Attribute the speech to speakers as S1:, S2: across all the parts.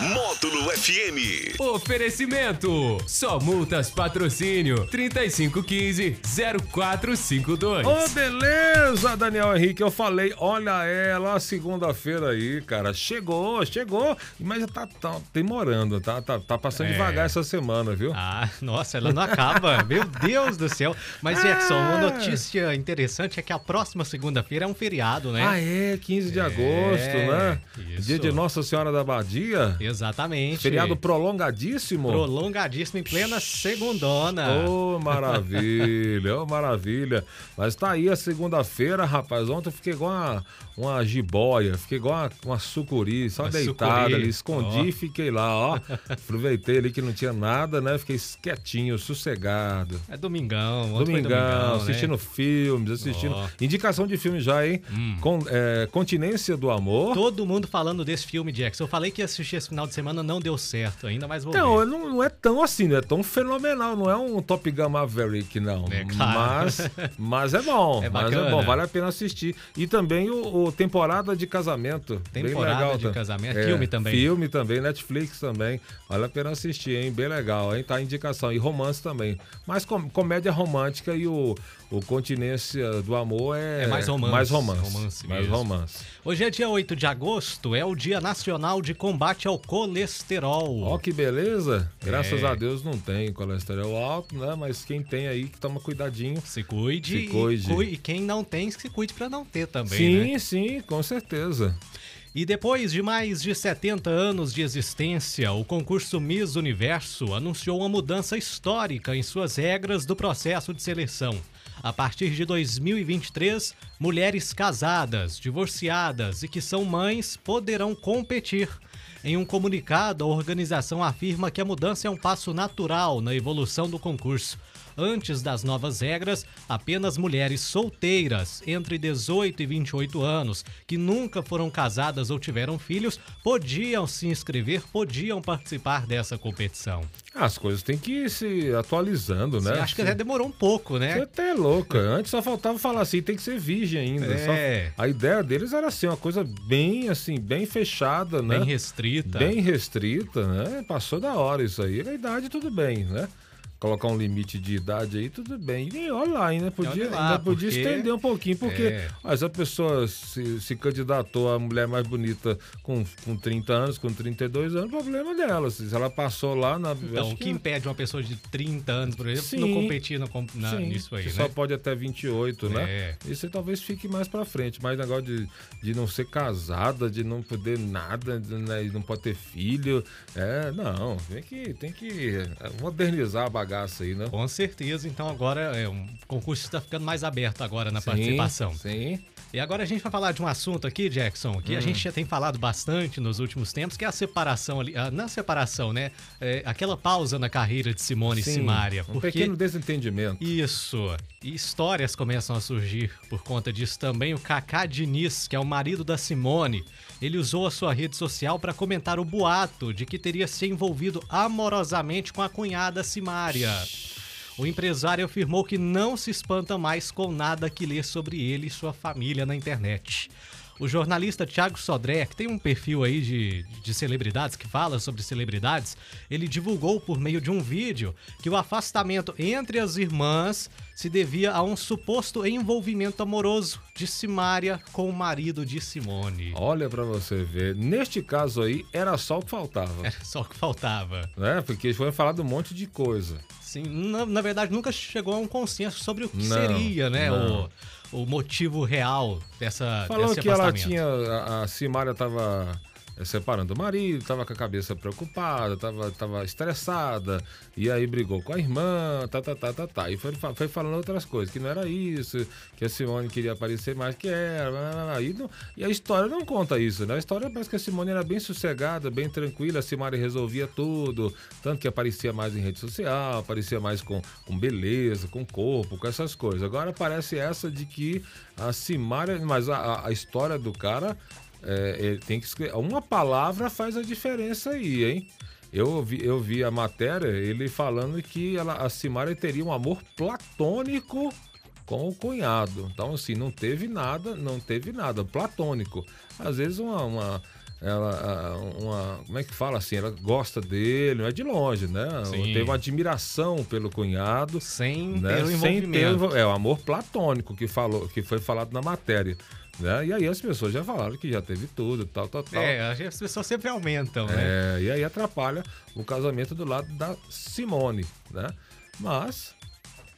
S1: Módulo FM.
S2: Oferecimento: Só Multas Patrocínio 3515-0452.
S3: Ô, beleza, Daniel Henrique. Eu falei, olha ela, segunda-feira aí, cara. Chegou, chegou. Mas já tá, tá demorando, tá, tá, tá passando
S2: É.
S3: devagar essa semana, viu?
S4: Ah, nossa, ela não acaba. Meu Deus do céu. Mas Jackson, uma
S3: Ah.
S4: notícia interessante é que a próxima segunda-feira é um feriado, né?
S3: Ah, é, 15 de agosto, né?
S4: isso.
S3: Dia de Nossa Senhora da Badia.
S4: Exatamente.
S3: Feriado prolongadíssimo.
S4: prolongadíssimo em plena segundona.
S3: Ô, maravilha, ô, maravilha. Mas tá aí a segunda-feira, rapaz. Ontem eu fiquei igual uma, uma jiboia, fiquei igual uma, uma sucuri, só
S4: Uma
S3: deitada
S4: sucuri,
S3: ali, escondi e
S4: ó.
S3: fiquei lá, ó. Aproveitei ali que não tinha nada, né? Fiquei quietinho, sossegado.
S4: É domingão, ontem foi
S3: Domingão, assistindo
S4: né?
S3: filmes, assistindo.
S4: Ó. Hum.
S3: Indicação de filme já, hein? Con- é, Continência do Amor.
S4: Todo mundo falando desse filme, Jackson. Eu falei que ia assistir esse final de semana, não deu certo ainda, mas vou
S3: Não,
S4: ver.
S3: não, não é tão assim, não é tão fenomenal, não é um Top Gun Maverick, não.
S4: É, claro.
S3: mas, mas é bom,
S4: É
S3: mas é
S4: bacana.
S3: bom, vale a pena assistir. E também o, o Temporada de Casamento. bem
S4: Temporada
S3: legal,
S4: de
S3: tá?
S4: Casamento, é filme também.
S3: Filme também, Netflix também. Vale a pena assistir, hein? Bem legal, hein? Tá a indicação. E romance também. Mas com- comédia romântica e o, o Continência do Amor é,
S4: É mais romance,
S3: Mais romance.
S4: romance
S3: mais
S4: mesmo.
S3: romance.
S4: Hoje é dia 8 de agosto, é o Dia Nacional de Combate ao Colesterol.
S3: Ó, que beleza! Graças
S4: É.
S3: a Deus não tem colesterol alto, né? Mas quem tem aí, que toma cuidadinho.
S4: Se cuide.
S3: Se
S4: e
S3: cuide.
S4: cui- E, quem não tem, se cuide pra não ter também,
S3: sim,
S4: né?
S3: sim, com certeza.
S4: E depois de mais de 70 anos de existência, o concurso Miss Universo anunciou uma mudança histórica em suas regras do processo de seleção. A partir de 2023, mulheres casadas, divorciadas e que são mães poderão competir. Em um comunicado, a organização afirma que a mudança é um passo natural na evolução do concurso. Antes das novas regras, apenas mulheres solteiras entre 18 e 28 anos, que nunca foram casadas ou tiveram filhos, podiam se inscrever, podiam participar dessa competição.
S3: As coisas têm que ir se atualizando, né?
S4: Você acha que até demorou um pouco,
S3: Você
S4: né?
S3: até é louca. Antes só faltava falar assim, tem que ser virgem ainda.
S4: É.
S3: Só- A ideia deles era assim, uma coisa bem assim, bem fechada, né?
S4: Bem restrita.
S3: Bem restrita, né? Passou da hora isso aí. A idade, tudo bem, né? Colocar um limite de idade aí, tudo bem. E online, né? Podia,
S4: olha lá,
S3: ainda podia
S4: porque-
S3: estender um pouquinho, porque
S4: É.
S3: ah, se a pessoa se, se candidatou a mulher mais bonita com, com 30 anos, com 32 anos, problema é dela. Se ela passou lá na.
S4: Então,
S3: acho
S4: o que impede uma pessoa de 30 anos, por exemplo,
S3: Sim.
S4: não competir na, com- na-
S3: Sim,
S4: nisso aí,
S3: que
S4: né?
S3: Só pode até 28, né?
S4: É.
S3: Isso aí talvez fique mais pra frente, mas negócio de, de não ser casada, de não poder nada, de, né, e não pode ter filho. É, não, tem que, tem que é, modernizar a bagaça aí, né?
S4: Com certeza. Então, agora é, um- o concurso está ficando mais aberto agora na participação.
S3: Sim. Hum.
S4: E agora a gente vai falar de um assunto aqui, Jackson, que a gente já tem falado bastante nos últimos tempos, que é a separação ali. ah, Não separação, né? É, aquela pausa na carreira de Simone
S3: sim.
S4: e Simaria.
S3: Um
S4: porque
S3: pequeno desentendimento.
S4: isso. E histórias começam a surgir por conta disso também. O Kaká Diniz, que é o marido da Simone, ele usou a sua rede social para comentar o boato de que teria se envolvido amorosamente com a cunhada Simária. O empresário afirmou que não se espanta mais com nada que lê sobre ele e sua família na internet. O jornalista Thiago Sodré, que tem um perfil aí de, de celebridades, que fala sobre celebridades, ele divulgou por meio de um vídeo que o afastamento entre as irmãs se devia a um suposto envolvimento amoroso de Simária com o marido de Simone.
S3: Olha pra você ver. Neste caso aí, era só o que faltava.
S4: Era É, só o que faltava.
S3: Né? Porque foi falado um monte de coisa.
S4: Sim, na, na verdade nunca chegou a um consenso sobre o que
S3: Não,
S4: seria, né?
S3: não.
S4: O, o motivo real dessa
S3: Falou
S4: desse
S3: que ela
S4: afastamento.
S3: tinha. A, a Simária tava eh, separando o marido, tava com a cabeça preocupada, tava, tava estressada, e aí brigou com a irmã, tá, tá, tá, tá, tá. E foi, fa- foi falando outras coisas, que não era isso, que a Simone queria aparecer mais que era, blá, blá, blá. E, não- e a história não conta isso, né? A história parece que a Simone era bem sossegada, bem tranquila, a Simária resolvia tudo, tanto que aparecia mais em rede social, aparecia mais com, com beleza, com corpo, com essas coisas. Agora parece essa de que a Simária, mas a- a, a história do cara, é, ele tem que escrever. Uma palavra faz a diferença aí, hein? Eu ouvi eu vi a matéria, ele falando que ela, a Simária teria um amor platônico com o cunhado. Então, assim, não teve nada, não teve nada, platônico. Às vezes uma. uma- ela, ah, uma, como é que fala assim? Ela gosta dele, não é de longe, né?
S4: Sim.
S3: Teve uma admiração pelo cunhado.
S4: Sem
S3: né?
S4: ter o
S3: Sem
S4: Hum, envolvimento.
S3: ter o envol- é o amor platônico que falou, que foi falado na matéria, né? E aí as pessoas já falaram que já teve tudo, tal, tal, tal.
S4: É, acho que as pessoas sempre aumentam, né?
S3: É, e aí atrapalha o casamento do lado da Simone, né? Mas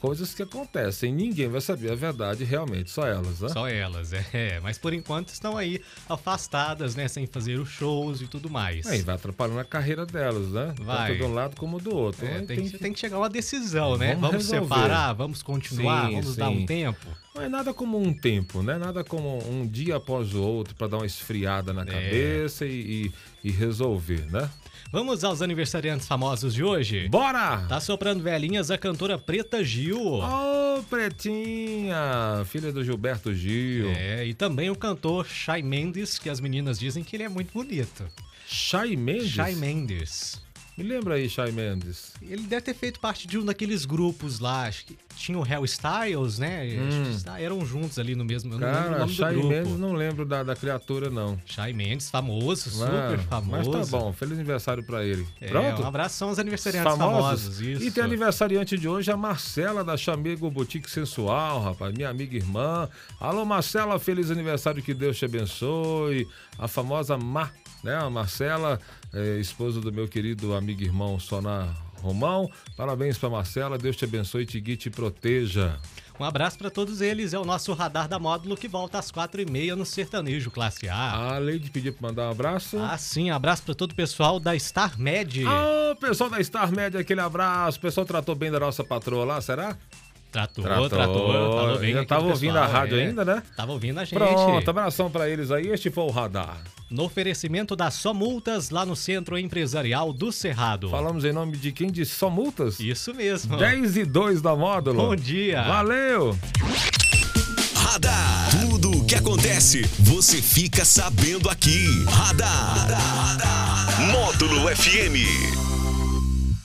S3: coisas que acontecem, ninguém vai saber a verdade realmente, só elas, né?
S4: Só elas, é. é. Mas por enquanto estão aí afastadas, né? Sem fazer os shows e tudo mais.
S3: Aí vai atrapalhando a carreira delas, né?
S4: Vai.
S3: Tanto de um lado como do outro.
S4: É,
S3: Aí
S4: tem, que, tem que chegar a uma decisão, né?
S3: Vamos
S4: Vamos,
S3: resolver.
S4: separar, vamos continuar,
S3: Sim,
S4: vamos dar um
S3: sim.
S4: tempo.
S3: Não é nada como um tempo, né? Nada como um dia após o outro pra dar uma esfriada
S4: É.
S3: na cabeça e, e- e resolver, né?
S4: Vamos aos aniversariantes famosos de hoje?
S3: Bora!
S4: Tá soprando velhinhas a cantora Preta Gil.
S3: Ô, Pretinha! Filha do Gilberto Gil.
S4: É, e também o cantor Shai Mendes, que as meninas dizem que ele é muito bonito.
S3: Chay Mendes?
S4: Shai Mendes.
S3: Me lembra aí, Chay Mendes.
S4: Ele deve ter feito parte de um daqueles grupos lá, acho que tinha o Hell Styles, né? Acho que eles eram juntos ali no mesmo, eu não lembro o
S3: Hum. Cara,
S4: nome
S3: Chay
S4: do grupo.
S3: Mendes não lembro da, da criatura, não.
S4: Shai Mendes, famoso, super
S3: Mas-
S4: famoso.
S3: Mas tá bom, feliz aniversário pra ele.
S4: É,
S3: Pronto?
S4: Um abração aos aniversariantes famosos, isso.
S3: E tem aniversariante de hoje, a Marcela da Chamego Boutique Sensual, rapaz, minha amiga e irmã. Alô, Marcela, feliz aniversário, que Deus te abençoe. A famosa Má, né? A Marcela, eh, esposa do meu querido amigo e irmão Sonar Romão. Parabéns pra Marcela, Deus te abençoe, te guie, te proteja.
S4: Um abraço pra todos eles. É o nosso Radar da Módulo que volta às quatro e meia no Sertanejo Classe A.
S3: A Leide pediu pra mandar um abraço.
S4: Tá. Ah, sim. Abraço pra todo o pessoal da Star Med.
S3: Ô, pessoal da Star Média, aquele abraço. O pessoal tratou bem da nossa patroa lá, será?
S4: Tratou,
S3: Tratou.
S4: tratou. Falou bem
S3: Ainda
S4: aqui
S3: tava
S4: do
S3: ouvindo a rádio ainda, né?
S4: Tava ouvindo a gente.
S3: Pronto, abração pra eles aí. Este foi o Radar.
S4: No oferecimento da Só Multas lá no Centro Empresarial do Cerrado.
S3: Falamos em nome de quem? De Só Multas?
S4: Isso mesmo.
S3: 10 e 2 da Módulo.
S4: Bom dia.
S3: Valeu.
S1: Radar. Tudo o que acontece, você fica sabendo aqui. Radar. Módulo FM.